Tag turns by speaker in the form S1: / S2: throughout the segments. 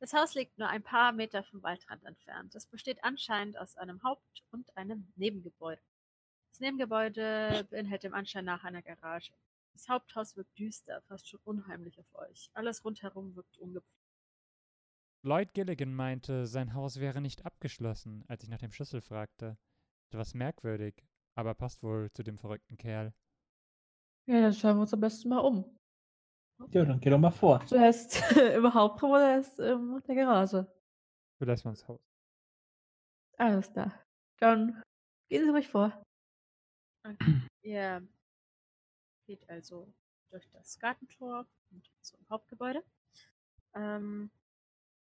S1: Das Haus liegt nur ein paar Meter vom Waldrand entfernt. Es besteht anscheinend aus einem Haupt- und einem Nebengebäude. Das Nebengebäude beinhaltet dem Anschein nach einer Garage. Das Haupthaus wirkt düster, fast schon unheimlich auf euch. Alles rundherum wirkt ungepflegt.
S2: Lloyd Gilligan meinte, sein Haus wäre nicht abgeschlossen, als ich nach dem Schlüssel fragte. Etwas merkwürdig, aber passt wohl zu dem verrückten Kerl.
S3: Ja, dann schauen wir uns am besten mal um.
S4: Ja, dann geh doch mal vor.
S3: Zuerst im Hauptraum oder erst in der Garage?
S2: Vielleicht mal ins Haus.
S3: Alles klar. Dann gehen Sie ruhig vor.
S1: Ihr geht also durch das Gartentor und zum Hauptgebäude. Ähm,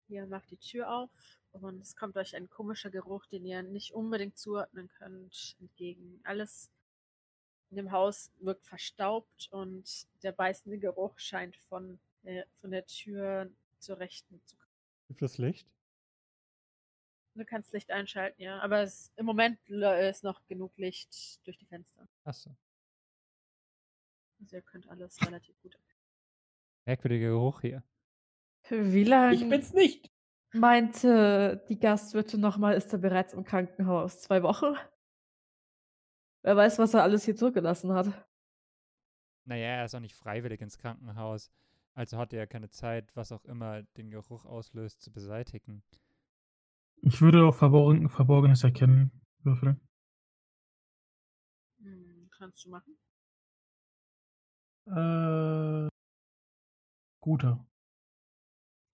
S1: ihr macht die Tür auf und es kommt euch ein komischer Geruch, den ihr nicht unbedingt zuordnen könnt, entgegen. Alles in dem Haus wirkt verstaubt und der beißende Geruch scheint von, äh, von der Tür zur Rechten zu kommen.
S2: Gibt es Licht?
S1: Du kannst Licht einschalten, ja, aber es, im Moment lö- ist noch genug Licht durch die Fenster.
S2: Achso.
S1: Also ihr könnt alles relativ gut
S2: Merkwürdiger Geruch hier.
S3: Wie lange
S4: Ich bin's nicht.
S3: meinte die Gastwirtin nochmal, ist er bereits im Krankenhaus? Zwei Wochen? Wer weiß, was er alles hier zurückgelassen hat.
S2: Naja, er ist auch nicht freiwillig ins Krankenhaus. Also hatte er keine Zeit, was auch immer den Geruch auslöst, zu beseitigen.
S5: Ich würde auch Verborgen, Verborgenes erkennen würfeln.
S1: Hm, kannst du machen?
S5: Äh, guter.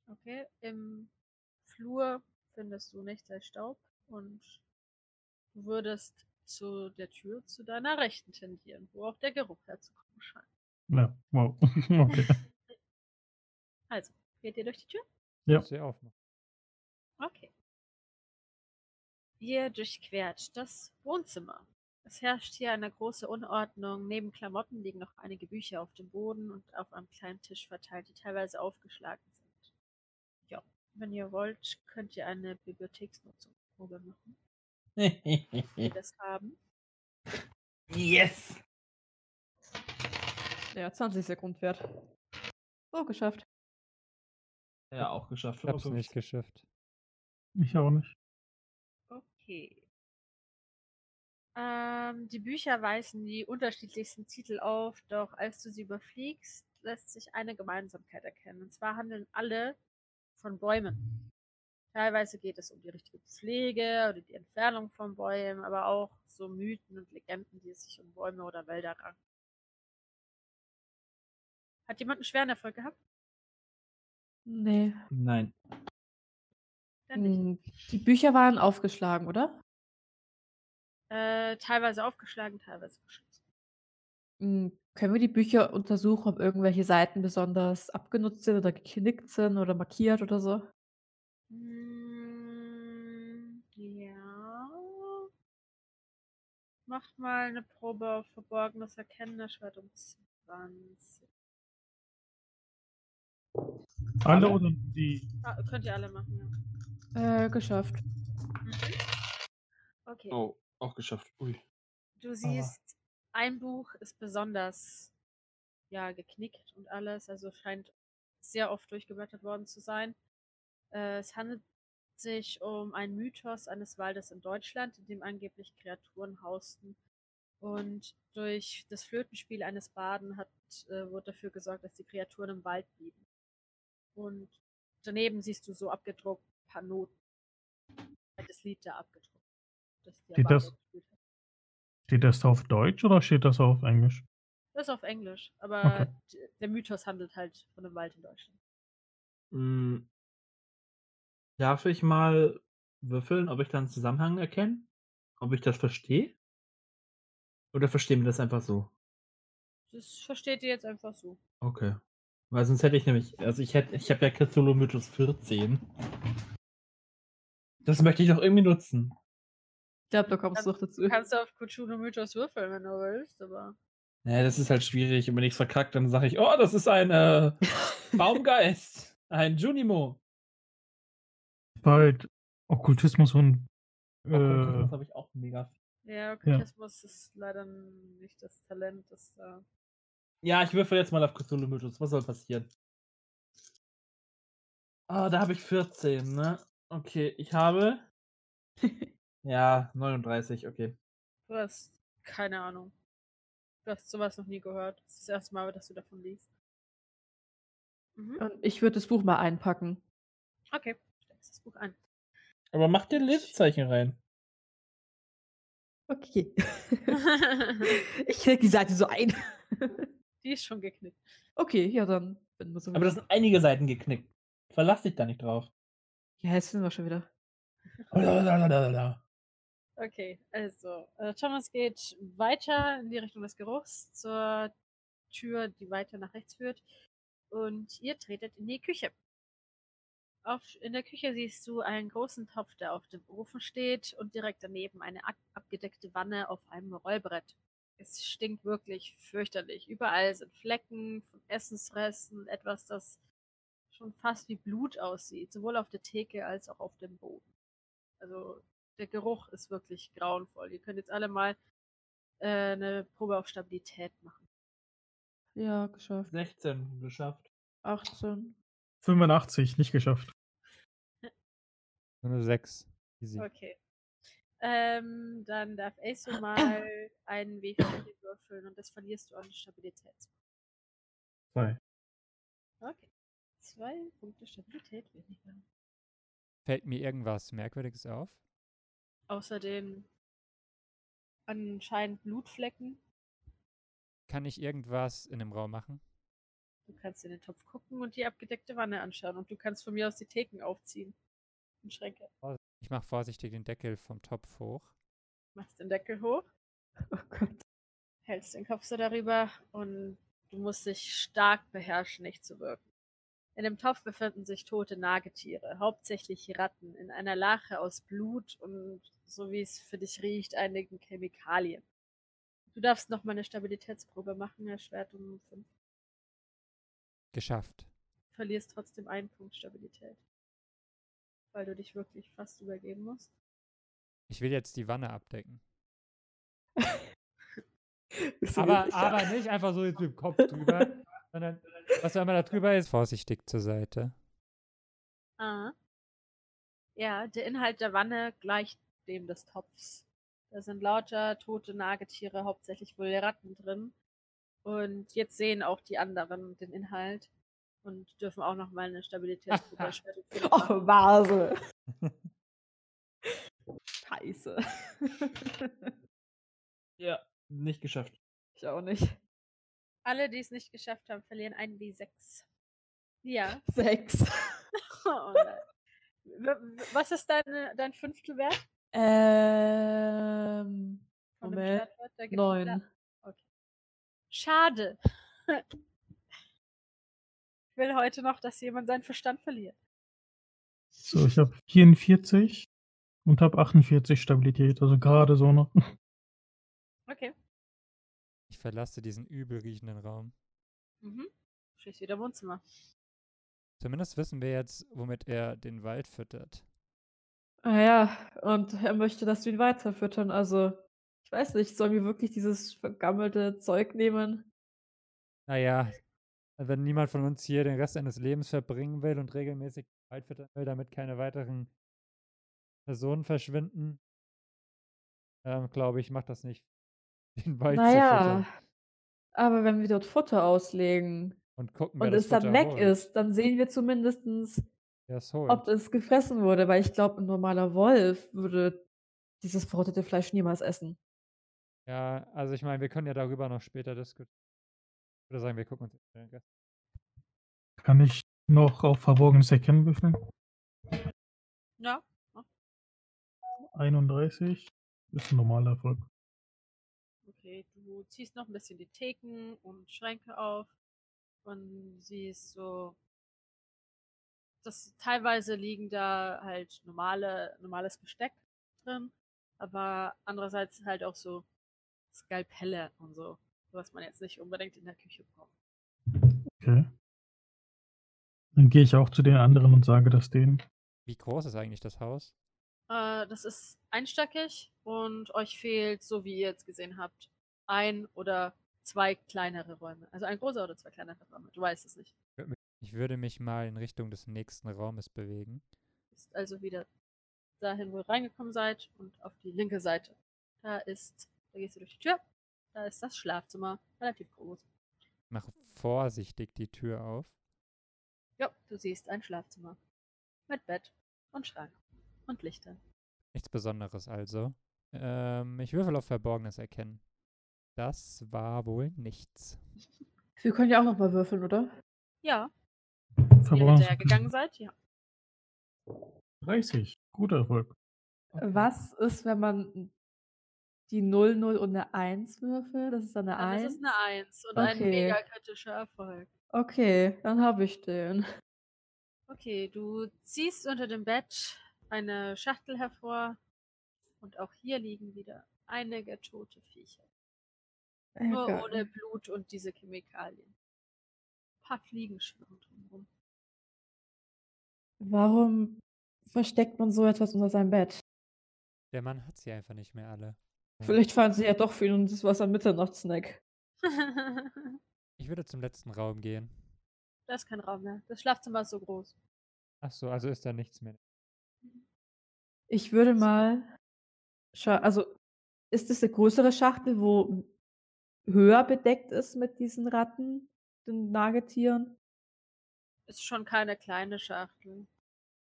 S1: Okay. Im Flur findest du nichts als Staub und du würdest zu der Tür zu deiner Rechten tendieren, wo auch der Geruch herzukommen scheint.
S5: Ja, wow. okay.
S1: Also, geht ihr durch die Tür?
S5: Ja.
S2: Muss ich aufmachen.
S1: Okay. Ihr durchquert das Wohnzimmer. Es herrscht hier eine große Unordnung. Neben Klamotten liegen noch einige Bücher auf dem Boden und auf einem kleinen Tisch verteilt, die teilweise aufgeschlagen sind. Ja, wenn ihr wollt, könnt ihr eine Bibliotheksnutzungsprobe machen, die das haben.
S4: yes.
S3: Ja, 20 Sekunden wert. So, geschafft.
S4: Ja, auch geschafft.
S2: Ich hab's nicht geschafft.
S5: Ich auch nicht.
S1: Okay. Ähm, die Bücher weisen die unterschiedlichsten Titel auf, doch als du sie überfliegst, lässt sich eine Gemeinsamkeit erkennen. Und zwar handeln alle von Bäumen. Teilweise geht es um die richtige Pflege oder die Entfernung von Bäumen, aber auch so Mythen und Legenden, die sich um Bäume oder Wälder ranken. Hat jemand einen schweren Erfolg gehabt?
S3: Nee.
S4: Nein.
S1: Dann nicht.
S3: Hm, Die Bücher waren aufgeschlagen, oder?
S1: Äh, teilweise aufgeschlagen, teilweise geschlossen.
S3: Hm, Können wir die Bücher untersuchen, ob irgendwelche Seiten besonders abgenutzt sind oder geknickt sind oder markiert oder so?
S1: Mm, Ja. Macht mal eine Probe auf verborgenes Erkennen, der Schwert um 20.
S5: Alle oder die?
S1: Ah, könnt ihr alle machen, ja.
S3: Äh, geschafft.
S1: Mhm. Okay.
S4: Oh, auch geschafft. Ui.
S1: Du siehst, ein Buch ist besonders ja, geknickt und alles, also scheint sehr oft durchgeblättert worden zu sein. Äh, es handelt sich um einen Mythos eines Waldes in Deutschland, in dem angeblich Kreaturen hausten. Und durch das Flötenspiel eines Baden hat, äh, wurde dafür gesorgt, dass die Kreaturen im Wald blieben. Und daneben siehst du so abgedruckt ein paar Noten. Das Lied da abgedruckt. Das der
S5: Steht
S1: Barde
S5: das-
S1: gespielt hat.
S5: Steht das auf Deutsch oder steht das auf Englisch?
S1: Das ist auf Englisch, aber
S5: Okay.
S1: d- der Mythos handelt halt von dem Wald in Deutschland.
S4: Mm. Darf ich mal würfeln, ob ich da einen Zusammenhang erkenne? Ob ich das verstehe? Oder verstehen wir das einfach so?
S1: Das versteht ihr jetzt einfach so.
S4: Okay. Weil sonst hätte ich nämlich, also ich hätte, ich habe ja Cthulhu Mythos 14. Das möchte ich doch irgendwie nutzen.
S3: Ich glaube, da kommst du noch dazu.
S1: Du kannst du auf Cthulhu Mythos würfeln, wenn du willst, aber
S4: Naja, das ist halt schwierig. Und wenn ich's verkackt, dann sage ich, oh, das ist ein äh, Baumgeist. ein Junimo.
S5: Bald halt Okkultismus und äh,
S4: Das habe ich auch mega.
S1: ja, Okkultismus ist leider nicht das Talent, das da.
S4: Ja, ich würfel jetzt mal auf Cthulhu Mythos. Was soll passieren? Ah, da habe ich 14, ne? Okay, ich habe. ja, 39, okay.
S1: Du hast keine Ahnung. Du hast sowas noch nie gehört. Das ist das erste Mal, dass du davon liest. Mhm.
S3: Und ich würde das Buch mal einpacken.
S1: Okay, steckst das Buch an.
S4: Aber mach dir ein Lesezeichen rein.
S3: Okay. ich krieg die Seite so ein.
S1: Die ist schon geknickt.
S3: Okay, ja, dann bin wir so.
S4: Aber das sind einige Seiten geknickt. Verlass dich da nicht drauf.
S3: ja, jetzt sind wir schon wieder.
S1: Okay, also äh, Thomas geht weiter in die Richtung des Geruchs zur Tür, die weiter nach rechts führt. Und ihr tretet in die Küche. Auf, in der Küche siehst du einen großen Topf, der auf dem Ofen steht und direkt daneben eine ab abgedeckte Wanne auf einem Rollbrett. Es stinkt wirklich fürchterlich. Überall sind Flecken von Essensresten, etwas, das schon fast wie Blut aussieht, sowohl auf der Theke als auch auf dem Boden. Also der Geruch ist wirklich grauenvoll. Ihr könnt jetzt alle mal äh, eine Probe auf Stabilität machen.
S3: Ja, geschafft.
S4: 16 geschafft.
S3: 18.
S5: 85, nicht geschafft.
S2: Nur sechs. Easy.
S1: Okay. Ähm, dann darf Ace mal einen Weg würfeln und das verlierst du an Stabilität.
S5: Zwei.
S1: Okay. Zwei Punkte Stabilität weniger.
S2: Fällt mir irgendwas Merkwürdiges auf?
S1: Außer den anscheinend Blutflecken.
S2: Kann ich irgendwas in dem Raum machen?
S1: Du kannst in den Topf gucken und die abgedeckte Wanne anschauen. Und du kannst von mir aus die Theken aufziehen. Und Schränke.
S2: Ich mache vorsichtig den Deckel vom Topf hoch.
S1: Machst den Deckel hoch,
S3: Oh Gott.
S1: hältst den Kopf so darüber und du musst dich stark beherrschen, nicht zu wirken. In dem Topf befinden sich tote Nagetiere, hauptsächlich Ratten, in einer Lache aus Blut und, so wie es für dich riecht, einigen Chemikalien. Du darfst noch mal eine Stabilitätsprobe machen, erschwert um fünf.
S2: Geschafft.
S1: Verlierst trotzdem einen Punkt Stabilität. Weil du dich wirklich fast übergeben musst.
S2: Ich will jetzt die Wanne abdecken.
S3: Ist
S2: Aber,
S3: sicher.
S2: aber nicht einfach so jetzt mit dem Kopf drüber, sondern was immer da drüber ist, vorsichtig zur Seite.
S1: Ah. Ja, der Inhalt der Wanne gleicht dem des Topfs. Da sind lauter tote Nagetiere, hauptsächlich wohl Ratten drin. Und jetzt sehen auch die anderen den Inhalt und dürfen auch nochmal eine Stabilitätsprobe erschwert um fünf machen.
S3: Oh, Vase. Scheiße.
S4: Ja. Nicht geschafft.
S3: ich auch nicht.
S1: Alle, die es nicht geschafft haben, verlieren einen W6. Ja.
S3: Sechs.
S1: Oh nein. W- w- Was ist deine, dein Fünftelwert
S3: Ähm.
S1: von dem
S3: Moment.
S1: Startwert? Da gibt's wieder-
S3: Neun.
S1: Schade. Ich will heute noch, dass jemand seinen Verstand verliert.
S5: So, ich habe 44 und habe 48 Stabilität, also gerade so noch.
S1: Okay.
S2: Ich verlasse diesen übel riechenden Raum.
S1: Mhm. Schließt wieder im Wohnzimmer.
S2: Zumindest wissen wir jetzt, womit er den Wald füttert.
S3: Ah ja, und er möchte, dass wir ihn weiter füttern. Also, ich weiß nicht, sollen wir wirklich dieses vergammelte Zeug nehmen?
S2: Naja, wenn niemand von uns hier den Rest seines Lebens verbringen will und regelmäßig den Wald füttern will, damit keine weiteren Personen verschwinden, ähm, glaube ich, macht das nicht. Den Wald zu
S3: naja,
S2: füttern
S3: aber wenn wir dort Futter auslegen
S2: und gucken, wer
S3: und
S2: das
S3: es dann
S2: Futter
S3: weg
S2: holt.
S3: ist, dann sehen wir zumindestens,
S2: Wer es holt.
S3: ob es gefressen wurde, weil ich glaube, ein normaler Wolf würde dieses verrottete Fleisch niemals essen.
S2: Ja, also ich meine, wir können ja darüber noch später diskutieren. Ich würde sagen, wir gucken uns den Rest.
S5: Kann ich noch auf Verborgenes erkennen würfeln?
S1: Ja.
S5: 31 ist ein normaler Erfolg.
S1: Okay, du ziehst noch ein bisschen die Theken und Schränke auf und siehst so, dass teilweise liegen da halt normale, normales Besteck drin, aber andererseits halt auch so Skalpelle und so, was man jetzt nicht unbedingt in der Küche braucht.
S5: Okay. Dann gehe ich auch zu den anderen und sage das denen.
S2: Wie groß ist eigentlich das Haus?
S1: Äh, das ist einstöckig und euch fehlt, so wie ihr jetzt gesehen habt, ein oder zwei kleinere Räume. Also ein großer oder zwei kleinere Räume. Du weißt es nicht.
S2: Ich würde mich mal in Richtung des nächsten Raumes bewegen.
S1: Ist also wieder dahin, wo ihr reingekommen seid und auf die linke Seite. Da ist, da gehst du durch die Tür, da ist das Schlafzimmer, relativ groß.
S2: Ich mache vorsichtig die Tür auf.
S1: Ja, du siehst ein Schlafzimmer. Mit Bett und Schrank und Lichtern.
S2: Nichts Besonderes also. Ähm, ich würfel auf Verborgenes erkennen. Das war wohl nichts.
S3: Wir können ja auch nochmal würfeln, oder?
S1: Ja, wenn ihr
S5: Verbrauch.
S1: hinterher gegangen seid, ja.
S5: 30. Guter Erfolg.
S3: Was ist, wenn man die 0, 0 und eine 1 würfelt? Das ist dann eine
S1: Dann
S3: 1.
S1: ist es eine 1 und ein
S3: Okay.
S1: mega kritischer Erfolg.
S3: Okay, dann habe ich den.
S1: Okay, du ziehst unter dem Bett eine Schachtel hervor und auch hier liegen wieder einige tote Viecher.
S3: Oh,
S1: Nur
S3: Egal.
S1: ohne Blut und diese Chemikalien. Ein paar Fliegen schwirren drumherum.
S3: Warum versteckt man so etwas unter seinem Bett?
S2: Der Mann hat sie einfach nicht mehr alle.
S3: Vielleicht fahren sie ja doch für ihn und das war's am Mitternachtssnack.
S2: Ich würde zum letzten Raum gehen.
S1: da ist kein Raum mehr. Das Schlafzimmer ist so groß.
S2: Ach so, also ist da nichts mehr.
S3: Ich würde mal. Scha also, ist es eine größere Schachtel, wo höher bedeckt ist mit diesen Ratten, den Nagetieren?
S1: Ist schon keine kleine Schachtel.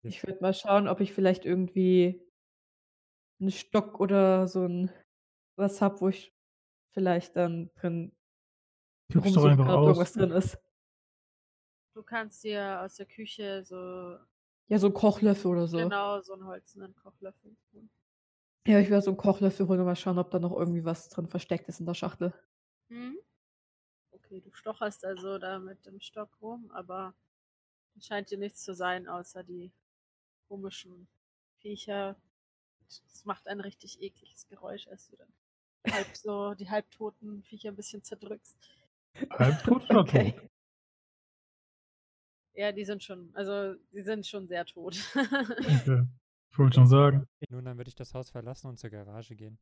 S3: Ich würde mal schauen, ob ich vielleicht irgendwie einen Stock oder so ein was hab, wo ich vielleicht dann drin
S5: Gib's doch
S3: rumsuchen
S5: einfach
S3: kann, ob
S5: aus.
S3: irgendwas drin ist.
S1: Du kannst dir aus der Küche so,
S3: Ja, so ein Kochlöffel oder so.
S1: genau so einen holzenden Kochlöffel holen.
S3: Ja, ich werde so einen Kochlöffel holen und mal schauen, ob da noch irgendwie was drin versteckt ist in der Schachtel.
S1: Hm? Okay, du stocherst also da mit dem Stock rum, aber es scheint dir nichts zu sein, außer die komischen Viecher. Und Es macht ein richtig ekliges Geräusch, als du dann halb so die halbtoten Viecher ein bisschen zerdrückst.
S5: Halbtot oder
S3: Okay.
S5: tot?
S1: Ja, die sind schon, also die sind schon sehr tot.
S5: Okay. Ich wollte schon sagen.
S2: Nun, dann würde ich das Haus verlassen und zur Garage gehen.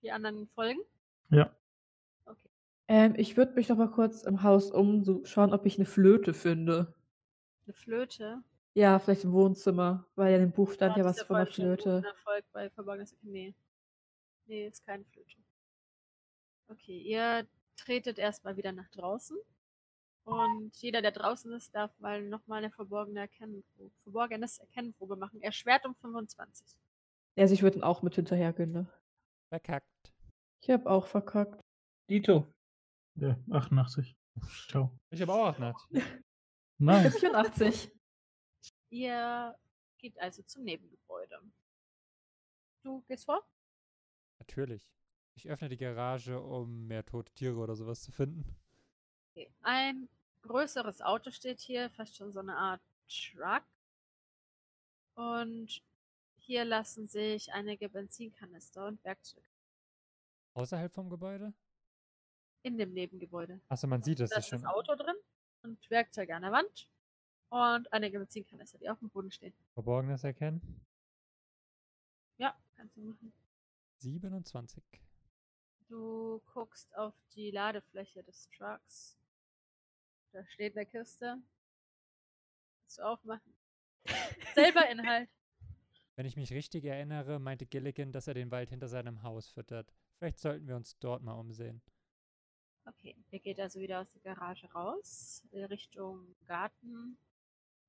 S1: die anderen folgen.
S3: Ähm, ich würde mich noch mal kurz im Haus umschauen, ob ich eine Flöte finde.
S1: Eine Flöte.
S3: Ja, vielleicht im Wohnzimmer, weil ja im Buch stand
S1: Du
S3: ja
S1: hattest
S3: was von der
S1: vorhin schon einen
S3: Flöte.
S1: guten Erfolg bei verborgenes Nee. Nee, ist keine Flöte. Okay, ihr tretet erstmal wieder nach draußen. Und jeder, der draußen ist, darf mal nochmal eine verborgene Erkennenprobe, verborgenes Erkennenprobe machen. Erschwert um 25.
S3: Ja, also ich würde ihn auch mit hinterhergehen. Ne?
S2: Verkackt.
S3: Ich habe auch verkackt.
S4: Dito.
S5: Ja, 88. Ciao.
S2: Ich habe auch Nacht.
S5: Nein.
S3: 84.
S1: Ihr geht also zum Nebengebäude. Du gehst vor?
S2: Natürlich. Ich öffne die Garage, um mehr tote Tiere oder sowas zu finden.
S1: Okay. Ein größeres Auto steht hier, fast schon so eine Art Truck. Und hier lassen sich einige Benzinkanister und Werkzeuge
S2: Außerhalb vom Gebäude?
S1: in dem Nebengebäude.
S2: Achso, man sieht, das
S1: da
S2: ist
S1: ist das
S2: schon.
S1: Auto drin und Werkzeuge an der Wand und einige Benzinkanister, die auf dem Boden stehen.
S2: Verborgenes erkennen.
S1: Ja, kannst du machen.
S2: 27.
S1: Du guckst auf die Ladefläche des Trucks. Da steht eine Kiste. Kannst du aufmachen. Selber Inhalt.
S2: Wenn ich mich richtig erinnere, meinte Gilligan, dass er den Wald hinter seinem Haus füttert. Vielleicht sollten wir uns dort mal umsehen.
S1: Okay, ihr geht also wieder aus der Garage raus, äh, Richtung Garten,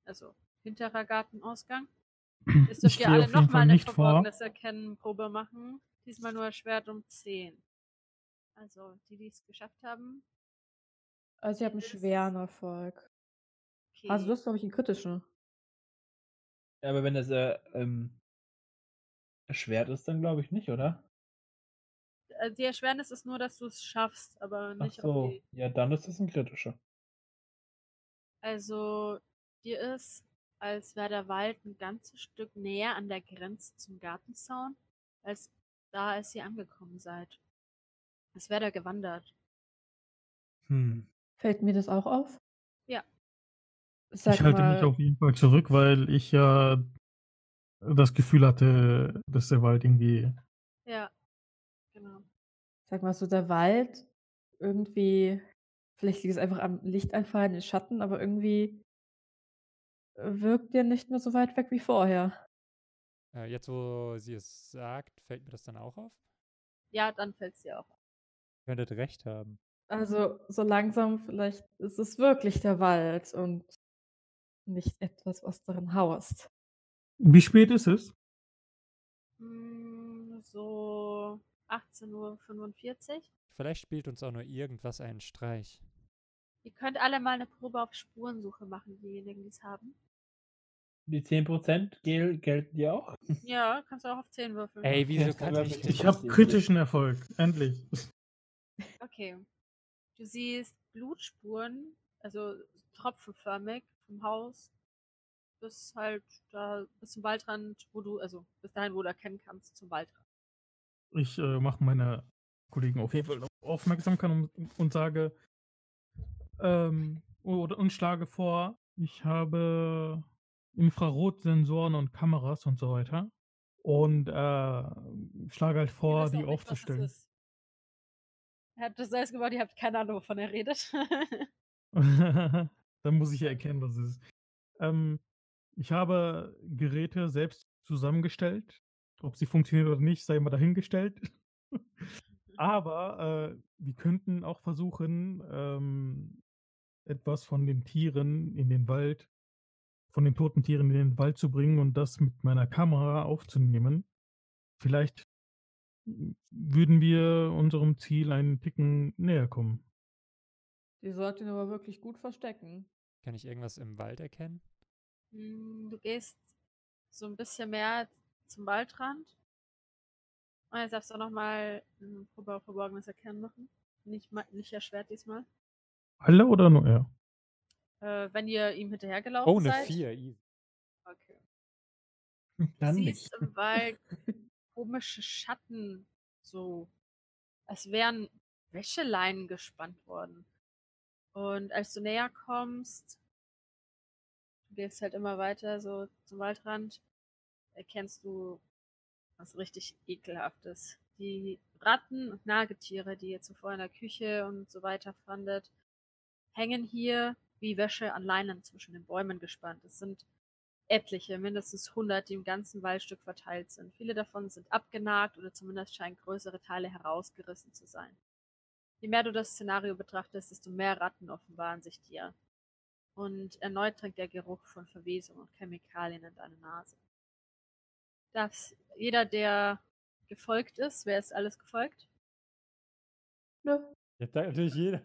S1: also hinterer Gartenausgang. Ist
S5: Ich
S1: dürft ihr
S5: stehe
S1: alle
S5: auf jeden
S1: nochmal
S5: Fall
S1: eine
S5: nicht vor.
S1: verborgenes Erkennen-Probe machen. Diesmal nur erschwert um 10. Also, die, die es geschafft haben.
S3: Also ich habe einen
S1: Das-
S3: schweren Erfolg.
S1: Okay.
S3: Also du hast, glaube ich, einen kritischen.
S4: Ja, aber wenn das äh, ähm, erschwert ist, dann glaube ich nicht, oder?
S1: Äh, die Erschwernis ist nur, dass du es schaffst, aber
S4: Ach
S1: nicht auf
S4: so.
S1: die.
S4: Ja, dann ist das ein kritischer.
S1: Also, dir ist, als wäre der Wald ein ganzes Stück näher an der Grenze zum Gartenzaun, als da, als ihr angekommen seid. Als wäre da gewandert.
S4: Hm.
S3: Fällt mir das auch auf?
S1: Ja.
S3: Sag
S5: ich halte
S3: mal,
S5: mich auf jeden Fall zurück, weil ich ja das Gefühl hatte, dass der Wald irgendwie.
S1: Ja, genau.
S3: sag mal so, der Wald irgendwie, vielleicht liegt es einfach am Lichteinfall in den Schatten, aber irgendwie wirkt ja nicht mehr so weit weg wie vorher.
S2: Äh, jetzt, wo sie es sagt, fällt mir das dann auch auf?
S1: Ja, dann fällt's dir auch. auf.
S2: Ihr könntet recht haben.
S3: Also so langsam vielleicht ist es wirklich der Wald und nicht etwas, was darin haust.
S5: Wie spät ist es?
S1: Hm, so 18.45 Uhr.
S2: Vielleicht spielt uns auch nur irgendwas einen Streich.
S1: Ihr könnt alle mal eine Probe auf Spurensuche machen, diejenigen, die es haben.
S4: Die 10% gel gelten dir auch.
S1: Ja, kannst du auch auf 10 würfeln.
S2: Ey, wieso
S4: Ja,
S2: kann
S4: aber
S2: ich
S4: ich
S5: Ich
S2: nicht?
S4: hab-
S5: habe kritischen Erfolg. Endlich.
S1: Okay. Du siehst Blutspuren, also tropfenförmig vom Haus bis halt da bis zum Waldrand, wo du, also bis dahin, wo du erkennen kannst, zum Waldrand.
S5: Ich äh, mache meine Kollegen auf jeden Fall darauf aufmerksam kann und, und sage ähm, oder und schlage vor, ich habe Infrarotsensoren und Kameras und so weiter und äh, schlage halt
S1: Ihr
S5: vor,
S1: wisst auch
S5: die
S1: nicht, was das
S5: aufzustellen.
S1: ist. Ihr habt das alles gebaut, ihr habt keine Ahnung, wovon er redet.
S5: Dann muss ich ja erkennen, was es ist. Ähm, ich habe Geräte selbst zusammengestellt. Ob sie funktionieren oder nicht, sei mal dahingestellt. Aber äh, wir könnten auch versuchen, ähm, etwas von den Tieren in den Wald, von den toten Tieren in den Wald zu bringen und das mit meiner Kamera aufzunehmen. Vielleicht würden wir unserem Ziel einen Ticken näher kommen.
S3: Die sollten ihn aber wirklich gut verstecken.
S2: Kann ich irgendwas im Wald erkennen?
S1: Mm, Du gehst so ein bisschen mehr zum Waldrand. Und jetzt darfst du auch nochmal ein Probe auf Verborgenes erkennen machen. Nicht, ma- nicht erschwert diesmal.
S5: Alle oder nur er?
S1: Äh, wenn ihr ihm hinterhergelaufen
S2: Oh, eine
S1: seid.
S2: 4. easy.
S1: Okay. Du
S4: Dann
S1: siehst im Wald komische Schatten, so als wären Wäscheleinen gespannt worden. Und als du näher kommst, du gehst halt immer weiter so zum Waldrand, erkennst du was richtig ekelhaftes. Die Ratten und Nagetiere, die ihr zuvor in der Küche und so weiter fandet, hängen hier wie Wäsche an Leinen zwischen den Bäumen gespannt. Es sind etliche, mindestens 100, die im ganzen Waldstück verteilt sind. Viele davon sind abgenagt oder zumindest scheinen größere Teile herausgerissen zu sein. Je mehr du das Szenario betrachtest, desto mehr Ratten offenbaren sich dir. Und erneut drängt der Geruch von Verwesung und Chemikalien in deine Nase. Dass jeder, der gefolgt ist, wer ist alles gefolgt?
S3: Ne?
S2: Jetzt sagt natürlich jeder.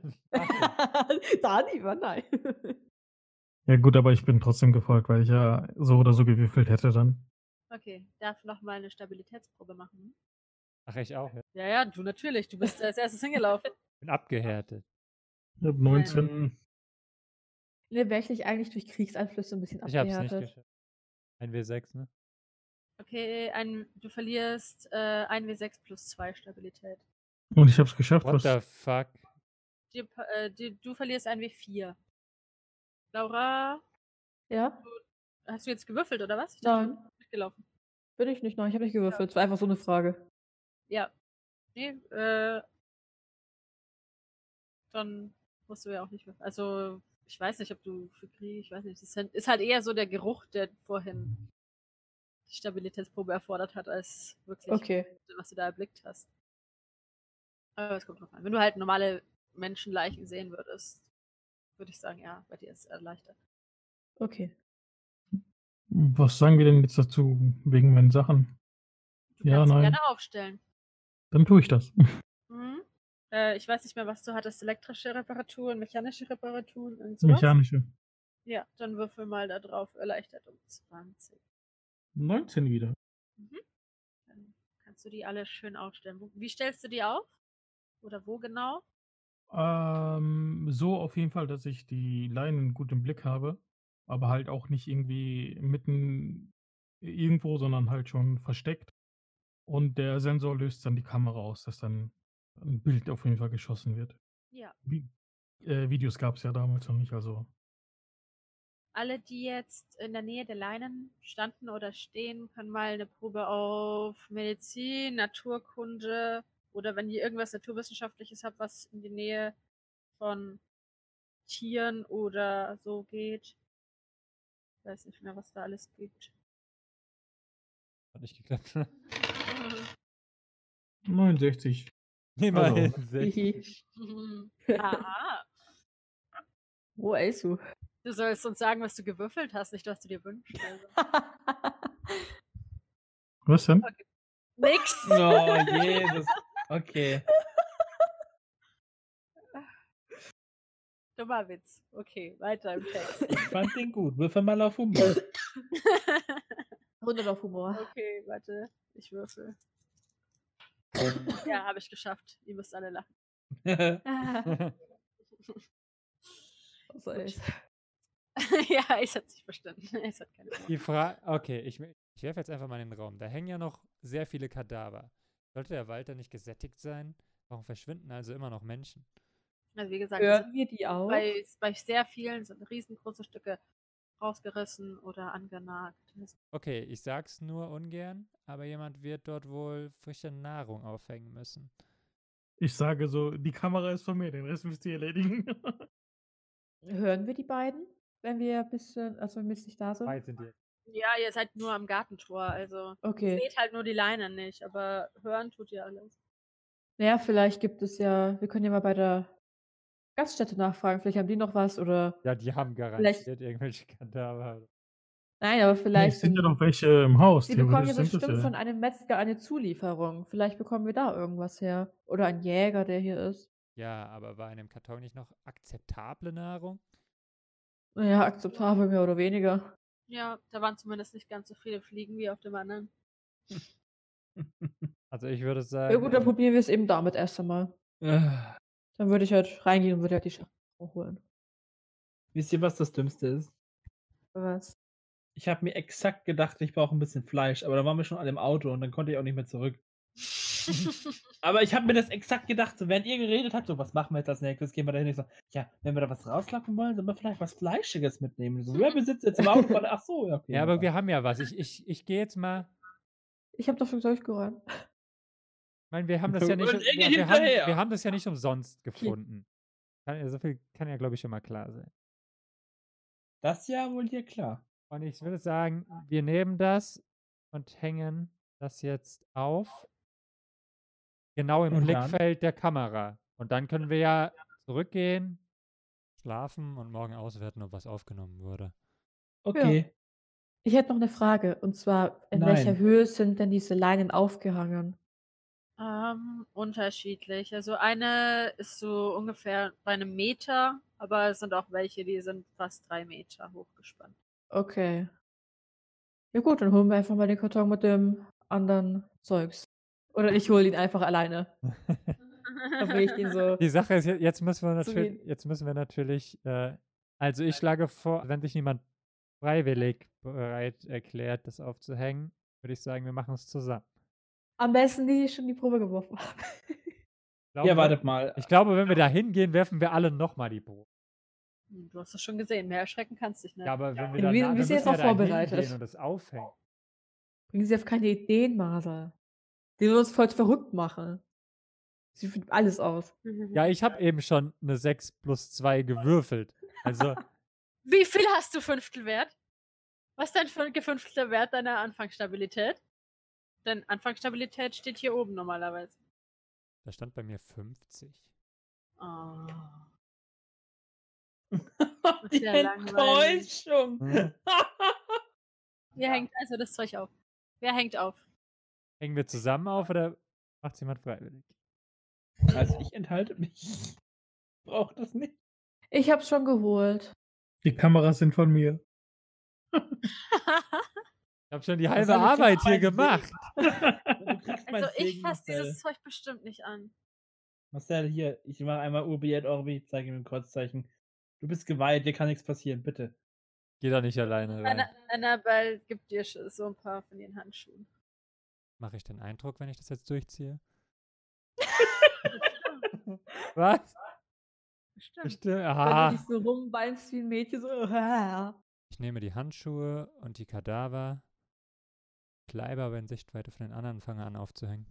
S3: Dani war nein.
S5: Ja gut, aber ich bin trotzdem gefolgt, weil ich ja so oder so gewürfelt hätte dann.
S1: Okay, darf noch mal eine Stabilitätsprobe machen.
S2: Ach, ich auch. ja.
S1: Ja, ja, du natürlich. Du bist als erstes hingelaufen.
S2: Bin abgehärtet.
S5: Ich hab 19.
S4: ähm,
S3: ne, wäre ich nicht eigentlich durch Kriegseinflüsse ein bisschen
S2: Ich hab's nicht
S3: abgehärtet.
S2: geschafft. Ein W6, ne?
S1: Okay, ein, du verlierst äh, 1w6 plus 2 Stabilität.
S5: Und ich hab's geschafft.
S2: What
S5: Was,
S2: the fuck?
S1: Dir, pa- äh, dir, du verlierst 1w4. Laura,
S3: ja?
S1: hast du jetzt gewürfelt oder was? Ich dachte, du
S3: Nein,
S1: bist mitgelaufen.
S3: bin ich nicht. Nein, ich habe nicht gewürfelt. Es war einfach so eine Frage.
S1: Ja. Nee, äh. Dann musst du ja auch nicht würfeln. Also, ich weiß nicht, ob du für Krieg, ich weiß nicht. Das ist halt- ist halt eher so der Geruch, der vorhin die Stabilitätsprobe erfordert hat, als wirklich
S3: Okay.
S1: was du da erblickt hast. Aber es kommt drauf an. Wenn du halt normale Menschenleichen sehen würdest, würde ich sagen, ja, bei dir ist es erleichtert.
S3: Okay.
S5: was sagen wir denn jetzt dazu wegen meinen Sachen?
S1: Du
S5: Ja,
S1: kannst sie
S5: nein.
S1: gerne aufstellen.
S5: Dann tue ich das.
S1: Mhm. Äh, ich weiß nicht mehr, was du hattest. Elektrische Reparaturen, mechanische Reparaturen und sowas.
S5: Mechanische.
S1: Ja, dann würfel mal da drauf. Erleichtert um 20.
S5: 19 wieder.
S1: Dann kannst du die alle schön aufstellen. Wo- Wie stellst du die auf? Oder wo genau?
S5: Ähm, so auf jeden Fall, dass ich die Leinen gut im Blick habe, aber halt auch nicht irgendwie mitten irgendwo, sondern halt schon versteckt. Und der Sensor löst dann die Kamera aus, dass dann ein Bild auf jeden Fall geschossen wird.
S1: Ja.
S5: Vi- äh, Videos gab es ja damals noch nicht, also
S1: Alle, die jetzt in der Nähe der Leinen standen oder stehen, können mal eine Probe auf Medizin, Naturkunde oder wenn ihr irgendwas Naturwissenschaftliches habt, was in die Nähe von Tieren oder so geht, Ich weiß nicht mehr, was da alles gibt.
S2: Hat nicht geklappt. ne?
S5: 69.
S2: Immerhin.
S4: Also.
S2: sechs.
S1: Aha.
S3: Wo Elsu?
S1: Du sollst uns sagen, was du gewürfelt hast, nicht was du dir wünschst. Also.
S5: Was denn?
S1: Nix.
S4: Oh, Jesus. Okay.
S1: Dummer Witz. Okay, weiter im Text.
S4: Ich fand den gut. Würfel mal auf Humor.
S3: Runde auf Humor.
S1: okay, warte. Ich würfel. Ja, habe ich geschafft. Ihr müsst alle lachen.
S3: Also, ey.
S1: ja, es hat sich verstanden. Es hat keine Ahnung.
S2: Die Frage, okay, ich, mi- ich werfe jetzt einfach mal in den Raum. Da hängen ja noch sehr viele Kadaver. Sollte der Wald da nicht gesättigt sein? Warum verschwinden also immer noch Menschen?
S1: Also wie gesagt, es
S3: Hören wir die auch?
S1: bei, bei sehr vielen sind riesengroße Stücke rausgerissen oder angenagt. Das-
S2: Okay, ich sag's nur ungern, aber jemand wird dort wohl frische Nahrung aufhängen müssen.
S5: Ich sage so, die Kamera ist von mir, den Rest müsst ihr erledigen.
S3: Hören wir die beiden? Wenn wir ein bisschen, also wenn wir jetzt nicht da sind?
S2: sind die.
S1: Ja, ihr seid nur am Gartentor, also ihr
S3: Okay.
S1: seht halt nur die Leine nicht, aber hören tut ihr alles.
S3: Naja, vielleicht gibt es ja, wir können ja mal bei der Gaststätte nachfragen. Vielleicht haben die noch was oder.
S2: Ja, die haben garantiert
S3: Vielleicht-
S2: irgendwelche Kadaver.
S3: Nein, aber vielleicht.
S5: sind ja
S3: sind-
S5: noch welche im Haus.
S3: Sie bekommen ja
S5: theoretisch sind das
S3: bestimmt
S5: ja.
S3: von einem Metzger eine Zulieferung. Vielleicht bekommen wir da irgendwas her. Oder ein Jäger, der hier ist.
S2: Ja, aber war in dem Karton nicht noch akzeptable Nahrung?
S3: Naja, akzeptabel, mehr oder weniger.
S1: Ja, da waren zumindest nicht ganz so viele Fliegen wie auf dem anderen.
S2: Also ich würde sagen,
S3: Ja gut, dann
S2: ähm,
S3: probieren wir es eben damit erst einmal.
S4: Ah,
S3: Dann würde ich halt reingehen und würde halt die Schachtel holen.
S4: Wisst ihr, was das Dümmste ist?
S3: Was?
S4: Ich habe mir exakt gedacht, ich brauche ein bisschen Fleisch, aber da waren wir schon alle im Auto und dann konnte ich auch nicht mehr zurück. Aber ich habe mir das exakt gedacht, so, während ihr geredet habt, so, was machen wir jetzt als nächstes? Gehen wir da hin? Ich so, ja, wenn wir da was rauslappen wollen, sollen wir vielleicht was Fleischiges mitnehmen. So, ja, wir sitzen jetzt im Auto, warte, ach so, ja, okay.
S2: ja, aber wir haben ja was. Ich, ich, ich gehe jetzt mal.
S3: Ich habe doch schon durchgerannt.
S2: Ich meine, wir haben das ja nicht.
S4: Und
S2: um-
S4: Inge
S2: Wir, wir, haben, wir
S4: hinterher.
S2: haben das ja nicht umsonst gefunden. Kann, ja- so viel kann ja, glaube ich, schon mal klar sein.
S4: Das ist ja wohl dir klar.
S2: Und ich würde sagen, wir nehmen das und hängen das jetzt auf. Genau im
S4: Und dann?
S2: Blickfeld der Kamera. Und dann können wir ja zurückgehen, schlafen und morgen auswerten, ob was aufgenommen wurde.
S4: Okay.
S3: Ich hätte noch eine Frage. Und zwar, in welcher
S4: Nein.
S3: Höhe sind denn diese Leinen aufgehangen?
S1: Ähm, unterschiedlich. Also eine ist so ungefähr bei einem Meter, aber es sind auch welche, die sind fast drei Meter hochgespannt.
S3: Okay. Ja gut, dann holen wir einfach mal den Karton mit dem anderen Zeugs. Oder ich hole ihn einfach alleine. Dann bringe ich den so.
S2: Die Sache ist, je- jetzt müssen wir
S3: So
S2: natürlich,
S3: wie-
S2: jetzt müssen wir natürlich, äh, also ich schlage vor, wenn sich niemand freiwillig bereit erklärt, das aufzuhängen, würde ich sagen, wir machen es zusammen.
S3: Am besten die ich schon die Probe geworfen habe.
S2: Glauben
S4: ja, Genau.
S2: wir-
S4: wartet mal.
S2: Ich glaube, wenn wir da hingehen, werfen wir alle nochmal die Probe.
S1: Hm, Du hast es schon gesehen, mehr erschrecken kannst dich nicht.
S2: Ja, aber wenn wir
S3: Ja,
S2: dann wir,
S3: wir- wir sind
S2: müssen
S3: jetzt
S2: ja
S3: auch
S2: da
S3: vorbereitet.
S2: hingehen und das aufhängen.
S3: Bringen Sie auf keine Ideen, Marsa. Die würden uns voll verrückt machen. Sie finden alles aus.
S1: Mhm.
S2: Ja, ich habe eben schon eine 6 plus 2 gewürfelt. Also,
S1: Wie viel hast du Fünftelwert? Was ist dein fün- gefünftelter Wert deiner Anfangsstabilität? Denn Anfangsstabilität steht hier oben normalerweise.
S2: da stand bei mir 50.
S1: Oh. ist
S4: Die
S1: ja langweilig.
S4: Enttäuschung.
S2: Hm.
S1: Ihr hängt also das Zeug auf. Wer hängt auf?
S2: Hängen wir zusammen auf oder macht jemand freiwillig?
S4: Also ich enthalte mich. Braucht das nicht.
S3: Ich hab's schon geholt.
S5: Die Kameras sind von mir.
S2: Ich habe schon die
S4: Das
S2: halbe
S4: habe ich schon
S2: Arbeit hier
S4: gesehen.
S2: gemacht.
S4: Du kriegst meinen
S1: also ich
S4: Segen,
S1: fasse
S4: Marcel.
S1: dieses Zeug bestimmt nicht an.
S4: Marcel, hier, ich mache einmal Urbi et Orbi, zeige ihm ein Kreuzzeichen. Du bist geweiht, dir kann nichts passieren, bitte.
S2: Geh da nicht alleine rein.
S1: Anna, Annabelle gibt dir sch- so ein paar von ihren Handschuhen.
S2: Mache ich den Eindruck, wenn ich das jetzt durchziehe? Was?
S1: Bestimmt.
S2: Bestimmt.
S3: Wenn du
S2: Aha.
S3: dich so rumbeinst wie ein Mädchen, so.
S2: Ich nehme die Handschuhe und die Kadaver. Bleibe aber in Sichtweite von den anderen, fange an aufzuhängen.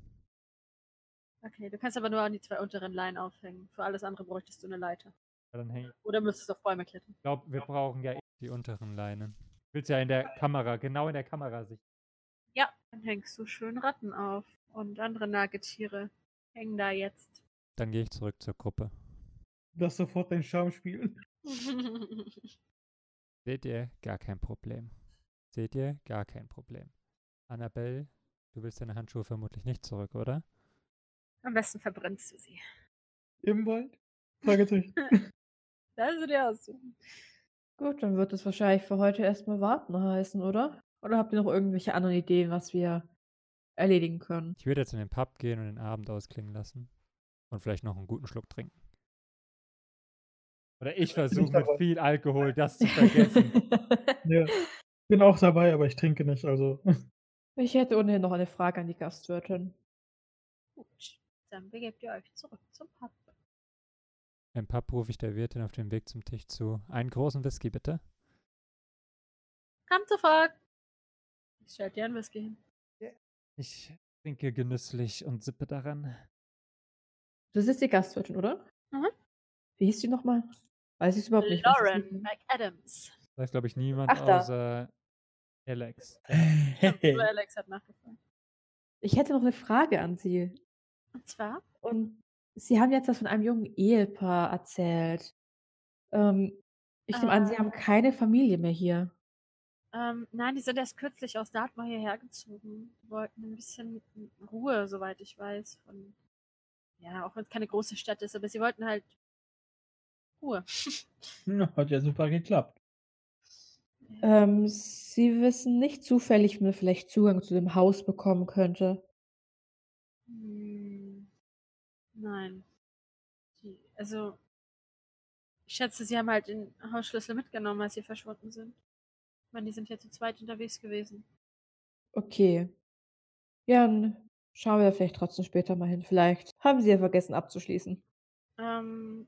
S1: Okay, du kannst aber nur an die zwei unteren Leinen aufhängen. Für alles andere bräuchtest du eine Leiter.
S2: Ja, Dann hänge ich.
S1: Oder müsstest auf Bäume klettern.
S2: Ich glaube, wir brauchen ja eh die unteren Leine. willst ja in der Kamera, genau in der Kamera sich.
S1: Ja, dann hängst du schön Ratten auf und andere Nagetiere hängen da jetzt.
S2: Dann gehe ich zurück zur Gruppe.
S5: Lass sofort deinen Charme spielen.
S2: Seht ihr, gar kein Problem. Seht ihr, gar kein Problem. Annabelle, du willst deine Handschuhe vermutlich nicht zurück, oder?
S1: Am besten verbrennst du sie.
S5: Im Wald? Fragezeichen.
S1: Das ist der aussuchen.
S3: Gut, dann wird es wahrscheinlich für heute erstmal warten heißen, oder? Oder habt ihr noch irgendwelche anderen Ideen, was wir erledigen können?
S2: Ich würde jetzt in den Pub gehen und den Abend ausklingen lassen. Und vielleicht noch einen guten Schluck trinken. Oder ich versuche mit
S5: dabei.
S2: viel Alkohol das zu vergessen.
S5: Ja. Bin auch dabei, aber ich trinke nicht, also.
S3: ich hätte ohnehin noch eine Frage an die Gastwirtin.
S1: Gut, dann begebt ihr euch zurück zum Pub.
S2: Im Pub rufe ich der Wirtin auf dem Weg zum Tisch zu. Einen großen Whisky, bitte.
S1: Kommt sofort! Ich stell dir einen Whisky hin.
S2: Ich trinke genüsslich und sippe daran.
S3: Das ist die Gastwirtin, oder?
S1: Mhm.
S3: Wie hieß die nochmal? Weiß ich überhaupt nicht. was ist
S1: Lauren
S3: mit-
S1: McAdams.
S2: Da ist, glaube ich, niemand
S3: Ach, da.
S2: außer Alex.
S1: Nur Alex hat nachgefragt.
S3: Ich hätte noch eine Frage an sie.
S1: Und zwar?
S3: Und Sie haben jetzt was von einem jungen Ehepaar erzählt. Ähm, ich nehme an, Sie
S1: Ah.
S3: haben keine Familie mehr hier.
S1: Ähm, nein, die sind erst kürzlich aus Dartmoor hierher gezogen. Die wollten ein bisschen Ruhe, soweit ich weiß. Von, ja, auch wenn es keine große Stadt ist, aber sie wollten halt Ruhe.
S4: Na, Hat ja super geklappt.
S3: Ähm, Sie wissen nicht zufällig, wie man vielleicht Zugang zu dem Haus bekommen könnte.
S1: Hm, Nein. Die, also, ich schätze, sie haben halt den Hausschlüssel mitgenommen, als sie verschwunden sind. Ich meine, die sind ja zu zweit unterwegs gewesen.
S3: Okay. Ja, dann schauen wir da vielleicht trotzdem später mal hin. Vielleicht haben Sie ja vergessen abzuschließen.
S1: Ähm,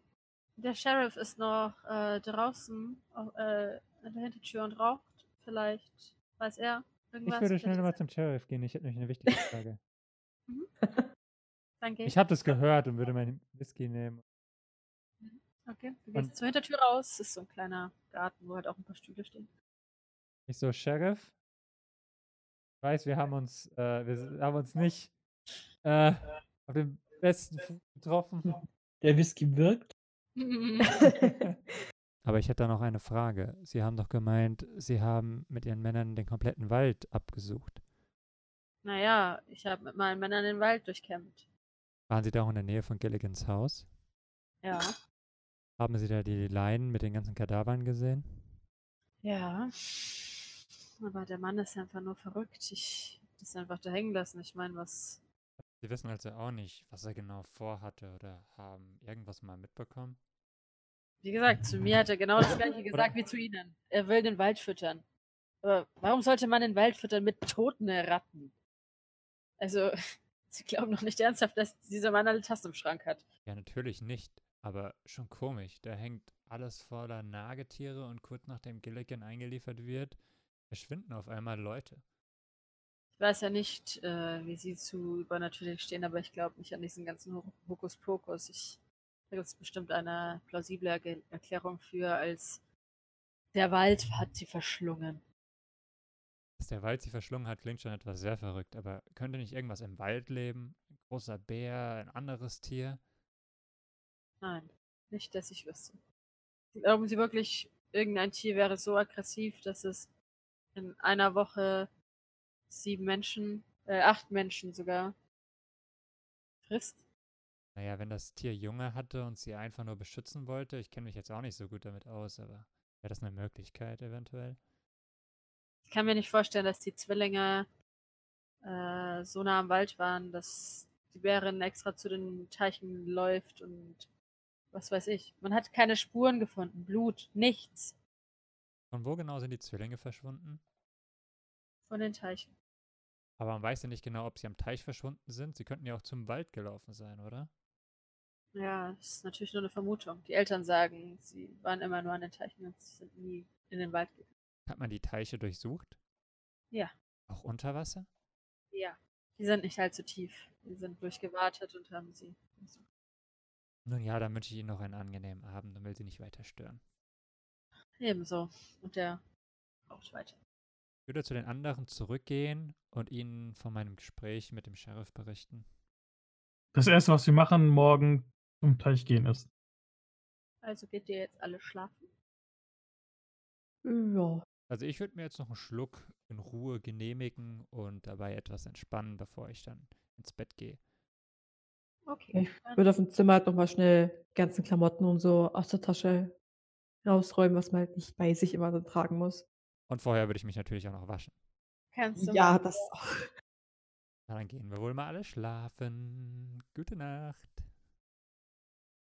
S1: der Sheriff ist noch äh, draußen au- äh, an der Hintertür und raucht. Vielleicht weiß er irgendwas.
S2: Ich würde
S1: Vielleicht
S2: schnell
S1: ist
S2: mal
S1: er-
S2: zum Sheriff gehen. Ich hätte nämlich eine wichtige Frage.
S1: Dann geh
S2: Ich habe das gehört und würde meinen Whisky nehmen.
S1: Okay, du
S2: Und-
S1: gehst zur Hintertür raus. Ist so ein kleiner Garten, wo halt auch ein paar Stühle stehen.
S2: Ich so, Sheriff, ich weiß, wir haben uns, äh, wir s- haben uns nicht äh, auf den besten Fuß getroffen.
S4: Der Whisky wirkt.
S2: Aber ich hätte da noch eine Frage. Sie haben doch gemeint, Sie haben mit Ihren Männern den kompletten Wald abgesucht.
S1: naja, ich habe mit meinen Männern den Wald durchkämmt.
S2: Waren Sie da auch in der Nähe von Gilligans Haus?
S1: Ja.
S2: Haben Sie da die Leinen mit den ganzen Kadavern gesehen?
S1: Ja. Aber der Mann ist einfach nur verrückt. Ich hab das einfach da hängen lassen. Ich meine, was.
S2: Sie wissen also auch nicht, was er genau vorhatte oder haben irgendwas mal mitbekommen?
S1: Wie gesagt, zu mir hat er genau das gleiche gesagt wie zu Ihnen. Er will den Wald füttern. Aber warum sollte man den Wald füttern mit toten Ratten? Also, Sie glauben doch nicht ernsthaft, dass dieser Mann alle Tassen im Schrank hat.
S2: Ja, natürlich nicht, aber schon komisch. Da hängt alles voller Nagetiere und kurz nachdem Gilligan eingeliefert wird, verschwinden auf einmal Leute.
S1: Ich weiß ja nicht, äh, wie Sie zu übernatürlich stehen, aber ich glaube nicht an diesen ganzen Ho- Hokuspokus. Ich, da gibt es bestimmt eine plausible Erge- Erklärung für, als der Wald hat sie verschlungen.
S2: Dass der Wald sie verschlungen hat, klingt schon etwas sehr verrückt, aber könnte nicht irgendwas im Wald leben? Ein großer Bär, ein anderes Tier?
S1: Nein, nicht, dass ich wüsste. Glauben Sie wirklich, irgendein Tier wäre so aggressiv, dass es in einer Woche sieben Menschen, äh, acht Menschen sogar frisst?
S2: Naja, wenn das Tier Junge hatte und sie einfach nur beschützen wollte, ich kenne mich jetzt auch nicht so gut damit aus, aber wäre das eine Möglichkeit eventuell?
S1: Ich kann mir nicht vorstellen, dass die Zwillinge äh, so nah am Wald waren, dass die Bärin extra zu den Teichen läuft und was weiß ich. Man hat keine Spuren gefunden, Blut, nichts
S2: Von wo genau sind die Zwillinge verschwunden?
S1: von den Teichen.
S2: Aber man weiß ja nicht genau, ob sie am Teich verschwunden sind. Sie könnten ja auch zum Wald gelaufen sein, oder?
S1: Ja, das ist natürlich nur eine Vermutung. Die Eltern sagen, sie waren immer nur an den Teichen und sie sind nie in den Wald gegangen.
S2: Hat man die Teiche durchsucht?
S1: Ja.
S2: Auch unter Wasser?
S1: Ja, die sind nicht allzu tief. Die sind durchgewartet und haben sie. also gesucht.
S2: Nun ja, dann wünsche ich Ihnen noch einen angenehmen Abend und will Sie nicht weiter stören.
S1: Ebenso. Und der braucht weiter.
S2: Ich würde zu den anderen zurückgehen und ihnen von meinem Gespräch mit dem Sheriff berichten.
S5: Das erste, was wir machen, morgen zum Teich gehen ist.
S1: Also geht ihr jetzt alle schlafen?
S3: Ja.
S2: Also ich würde mir jetzt noch einen Schluck in Ruhe genehmigen und dabei etwas entspannen, bevor ich dann ins Bett gehe.
S1: Okay.
S3: Ich
S1: dann-
S3: würde auf dem Zimmer halt nochmal schnell die ganzen Klamotten und so aus der Tasche rausräumen, was man halt nicht bei sich immer so tragen muss.
S2: Und vorher würde ich mich natürlich auch noch waschen.
S1: Kannst du
S3: Ja,
S1: machen.
S3: das auch.
S2: Na, dann gehen wir wohl mal alle schlafen. Gute Nacht.